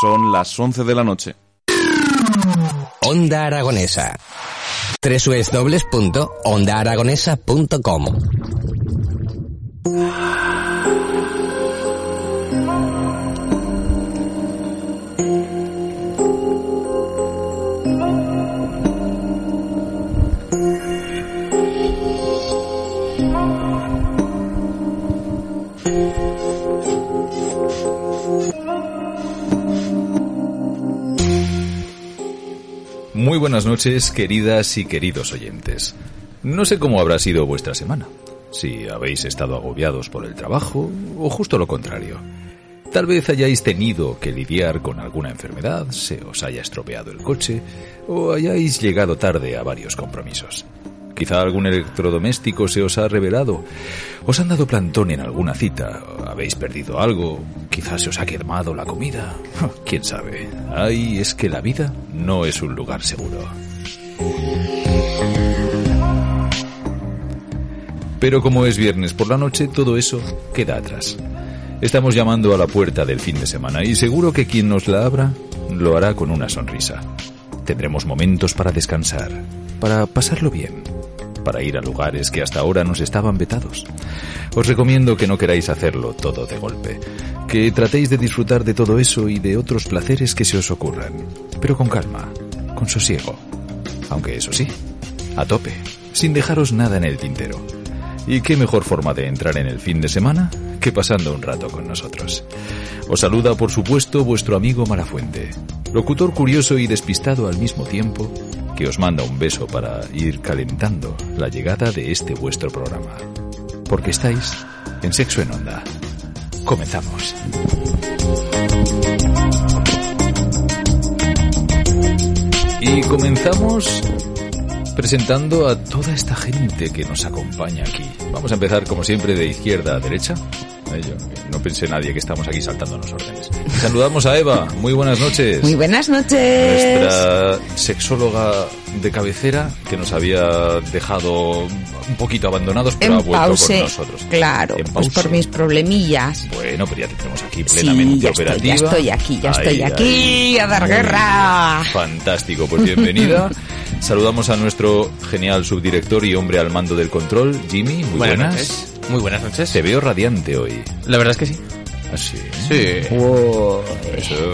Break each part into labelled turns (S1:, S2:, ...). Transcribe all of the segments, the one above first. S1: Son las 11 de la noche.
S2: Onda Aragonesa. www.ondaaragonesa.com
S3: Muy buenas noches, queridas y queridos oyentes. No sé cómo habrá sido vuestra semana, si habéis estado agobiados por el trabajo o justo lo contrario. Tal vez hayáis tenido que lidiar con alguna enfermedad, se os haya estropeado el coche o hayáis llegado tarde a varios compromisos. Quizá algún electrodoméstico se os ha revelado, os han dado plantón en alguna cita, habéis perdido algo, quizás se os ha quemado la comida, quién sabe. Ay, es que la vida no es un lugar seguro. Pero como es viernes por la noche, todo eso queda atrás. Estamos llamando a la puerta del fin de semana y seguro que quien nos la abra lo hará con una sonrisa. Tendremos momentos para descansar, para pasarlo bien, para ir a lugares que hasta ahora nos estaban vetados. Os recomiendo que no queráis hacerlo todo de golpe, que tratéis de disfrutar de todo eso y de otros placeres que se os ocurran, pero con calma, con sosiego. Aunque eso sí, a tope, sin dejaros nada en el tintero. ¿Y qué mejor forma de entrar en el fin de semana que pasando un rato con nosotros? Os saluda, por supuesto, vuestro amigo Malafuente, locutor curioso y despistado al mismo tiempo, que os manda un beso para ir calentando la llegada de este vuestro programa. Porque estáis en Sexo en Onda. Comenzamos. Y comenzamos presentando a toda esta gente que nos acompaña aquí. Vamos a empezar como siempre de izquierda a derecha. Ay, yo, no pensé nadie que estamos aquí saltando los órdenes. Y saludamos a Eva. Muy buenas noches.
S4: Muy buenas noches.
S3: Nuestra sexóloga de cabecera que nos había dejado un poquito abandonados, pero
S4: En
S3: ha vuelto
S4: pause,
S3: con nosotros.
S4: Claro,
S3: En
S4: pues
S3: pause.
S4: por mis problemillas.
S3: Bueno, pero ya te tenemos aquí plenamente
S4: Sí, ya estoy,
S3: operativa.
S4: ya estoy aquí, ya
S3: Ahí,
S4: estoy aquí,
S3: ahí.
S4: a dar
S3: Muy
S4: guerra.
S3: bien. Fantástico, pues bienvenida. Saludamos a nuestro genial subdirector y hombre al mando del control, Jimmy. Muy buenas.
S5: noches. Muy buenas noches.
S3: Te veo radiante hoy.
S5: La verdad es que sí.
S3: Así.
S5: Sí.
S3: Eso.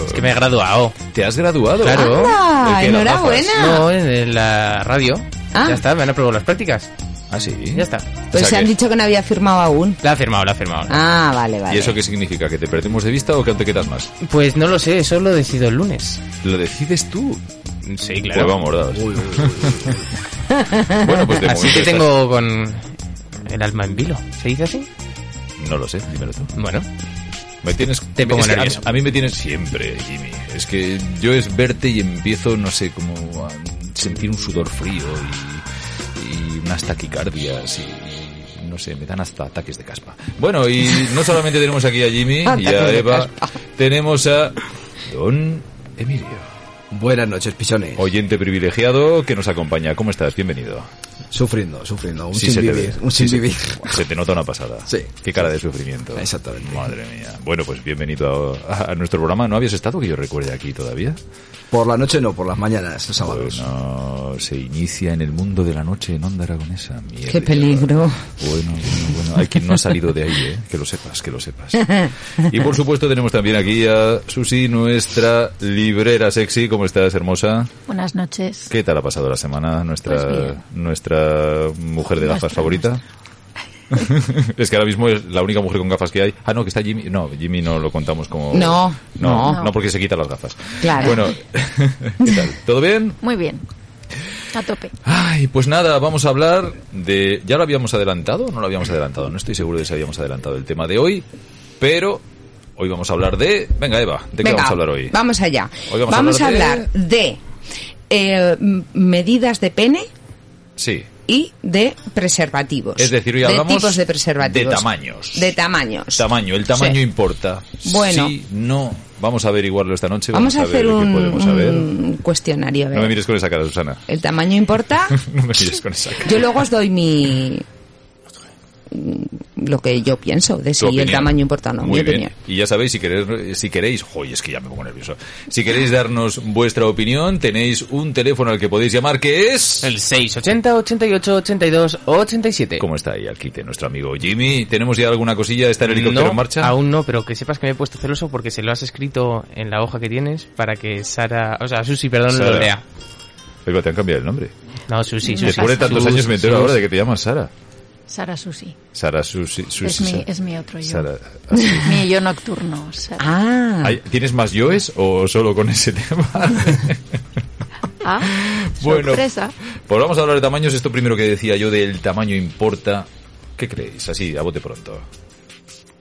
S5: Es que me he graduado.
S3: ¿Te has graduado?
S5: Claro.
S4: ¡Anda!
S3: ¿De qué, las
S4: enhorabuena.
S5: No, en, en la radio.
S4: Ah.
S5: Ya está, me han aprobado las prácticas.
S3: Ah, sí.
S5: Ya está.
S4: Pues
S3: o sea
S4: se han
S3: que-
S4: dicho que no había firmado aún.
S5: La ha firmado, la ha firmado.
S4: Ah, vale, vale.
S3: ¿Y eso qué significa? ¿Que te perdemos de vista o que aún te quedas más?
S5: Pues no lo sé, eso lo decido el lunes.
S3: Lo decides tú.
S5: Sí,
S3: Pues vamos, dados. bueno, pues de
S5: Así
S3: momento
S5: que
S3: estás-
S5: tengo con el alma en vilo. ¿Se dice así?
S3: No lo sé, dímelo tú.
S5: Bueno,
S3: Me tienes...
S5: Te pongo
S3: es que a-
S5: nervioso.
S3: A, mí me tienes siempre, Jimmy. Es que yo es verte y empiezo, no sé, como a sentir un sudor frío y, y unas taquicardias y... No sé, me dan hasta ataques de caspa. Bueno, y no solamente tenemos aquí a Jimmy y
S4: Ataques
S3: a
S4: de
S3: Eva, tenemos a Don Emilio.
S6: Buenas noches, pichones.
S3: Oyente privilegiado que nos acompaña. ¿Cómo estás? Bienvenido.
S6: Sufriendo, sufriendo. Un
S3: Sí,
S6: sin
S3: se te
S6: vivir,
S3: ve.
S6: un
S3: Sí,
S6: sin
S3: se-
S6: vivir.
S3: Se te nota una pasada.
S6: Sí.
S3: Qué cara de sufrimiento.
S6: Exactamente.
S3: Madre mía. Bueno, pues bienvenido a, a nuestro programa. ¿No habías estado que yo recuerde aquí todavía?
S6: Por la noche no, por las mañanas, los sábados.
S3: Bueno, se inicia en el mundo de la noche en Onda Aragonesa. Mierda.
S4: Qué peligro.
S3: Bueno, bueno, bueno. Hay quien no ha salido de ahí, ¿eh? Que lo sepas, que lo sepas. Y por supuesto tenemos también aquí a Susi, nuestra librera sexy. ¿Cómo estás, hermosa?
S7: Buenas noches.
S3: ¿Qué tal ha pasado la semana nuestra,
S7: Pues bien.
S3: nuestra vuestra mujer de gafas favorita? es que ahora mismo es la única mujer con gafas que hay. Ah, no, que está Jimmy. No, Jimmy no lo contamos como.
S4: No,
S3: no,
S4: no.
S3: no, porque se quita las gafas.
S4: Claro.
S3: Bueno, ¿qué tal? ¿Todo bien?
S7: Muy bien. A tope.
S3: Ay, pues nada, vamos a hablar de... ¿Ya lo habíamos adelantado o no lo habíamos adelantado? No estoy seguro de si habíamos adelantado el tema de hoy, pero hoy vamos a hablar de... Venga, Eva, ¿de qué
S4: Venga,
S3: vamos a hablar hoy?
S4: Vamos allá.
S3: Hoy vamos a hablar
S4: hablar de, eh, m- medidas de pene
S3: Sí,
S4: y de preservativos.
S3: es decir, hoy hablamos
S4: de tipos de preservativos.
S3: de tamaños.
S4: De tamaños.
S3: Tamaño, el tamaño
S4: Pues Sí.
S3: importa.
S4: Bueno.
S3: Sí, no, vamos a averiguarlo esta noche.
S4: Vamos a
S3: ver
S4: hacer
S3: qué
S4: un,
S3: podemos saber.
S4: un cuestionario. A ver.
S3: No me mires con esa cara, Susana.
S4: El tamaño importa.
S3: No me mires con esa cara.
S4: Yo luego os doy mi lo que yo pienso de si
S3: Tu
S4: el
S3: opinión.
S4: tamaño importa o no.
S3: Muy
S4: mi
S3: bien.
S4: opinión.
S3: Y ya sabéis, si queréis, si queréis, joy, es que ya me pongo nervioso. Si queréis darnos vuestra opinión, tenéis un teléfono al que podéis llamar que es.
S5: El 680, 88, 82 o 87.
S3: ¿Cómo está ahí al quite nuestro amigo Jimmy? ¿Tenemos ya alguna cosilla? ¿Está el helicóptero
S5: no,
S3: en marcha?
S5: Aún no, pero que sepas que me he puesto celoso porque se lo has escrito en la hoja que tienes para que Sara, o sea, Susi, perdón,
S3: Sara.
S5: lo lea.
S3: Oiga, te han cambiado el nombre.
S5: No, Susi, Susi.
S3: Después de tantos
S5: Sus-
S3: años me entero
S5: Sus-
S3: ahora de que te llamas Sara.
S7: Sara Susi.
S3: Sara Susi. Susi
S7: Es mi,
S3: Sara.
S7: es mi otro yo.
S3: Sara.
S7: Mi yo nocturno. Sara.
S4: Ah,
S3: Ay, ¿Tienes más yoes o solo con ese tema?
S7: Ah,
S3: Bueno.
S7: sorpresa.
S3: pues vamos a hablar de tamaños. Esto primero que decía yo del tamaño importa. ¿Qué creéis? Así, a bote pronto.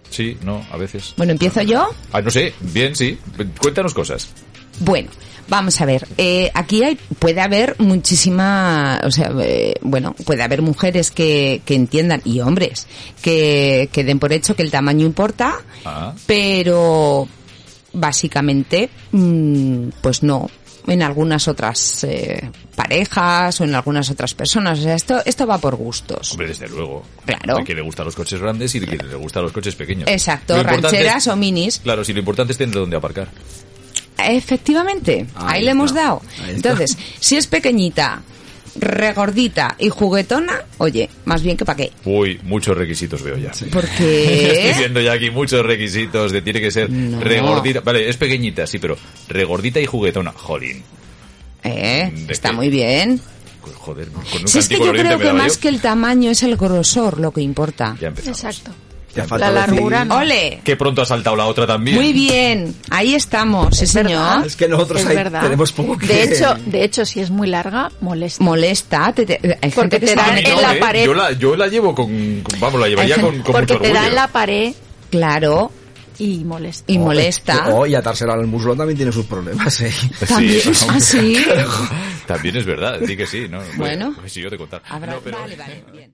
S3: Sí, no, a veces.
S4: bueno, empiezo yo.
S3: Ah, no sé, bien, sí. Cuéntanos cosas.
S4: Bueno, vamos a ver. eh, aquí hay, puede haber muchísima, o sea, eh, bueno, puede haber mujeres que, que entiendan y hombres que, que den por hecho que el tamaño importa,
S3: Ah.
S4: pero básicamente, mm, pues no. En algunas otras eh, parejas o en algunas otras personas, o sea, esto esto va por gustos.
S3: Hombre, desde luego.
S4: Claro.
S3: Hay que le gustan los coches grandes y que le gustan los coches pequeños.
S4: Exacto,
S3: Lo importante es-
S4: rancheras o minis.
S3: Claro, si lo importante es tener dónde aparcar.
S4: Efectivamente, ahí,
S6: Ahí
S4: le hemos
S6: está,
S4: dado.
S6: ahí está.
S4: Entonces, si es pequeñita, regordita y juguetona, oye, más bien que para qué.
S3: Uy, muchos requisitos veo ya. Estoy
S4: Porque
S3: viendo ya aquí muchos requisitos de tiene que ser
S4: ¿Eh? No.
S3: regordita. Vale, es pequeñita, sí, pero regordita y juguetona. Jolín.
S4: eh,
S3: ¿De
S4: está
S3: qué?
S4: muy bien.
S3: Pues, Joder, con un
S4: Si es que
S3: cantico al
S4: yo
S3: oriente
S4: creo
S3: me
S4: que
S3: daba
S4: más
S3: yo.
S4: que el tamaño es el grosor lo que importa.
S3: Ya empezamos.
S7: Exacto.
S6: Ya
S7: La largura no.
S4: ¡Ole!
S3: Que pronto ha saltado la otra también.
S4: Muy bien, ahí estamos, sí señor.
S6: Es que nosotros
S7: Es
S6: ahí
S7: verdad.
S6: tenemos poco que...
S7: De hecho, de hecho, si es muy larga, molesta.
S4: Molesta, te, te- hay
S7: Porque
S4: gente que
S7: te
S4: está
S7: dan
S3: A mí
S4: bonito.
S3: no,
S7: en la
S3: ¿eh?
S7: pared.
S3: Yo la, yo la llevo con, con- Vamos, la llevaría
S4: Hay
S3: con, con
S7: Porque
S3: mucho
S7: te da
S3: orgullo.
S7: en la pared
S4: Claro,
S7: y molesta.
S4: y molesta.
S6: Oh, y atársela al muslo también tiene sus problemas, ¿eh?
S4: También,
S3: Sí,
S4: ah, sí.
S3: También es verdad, sí que sí, ¿no?
S4: Bueno.
S3: Pues si yo te contara.
S4: Habrá-
S3: No, pero-
S4: Vale, vale, bien.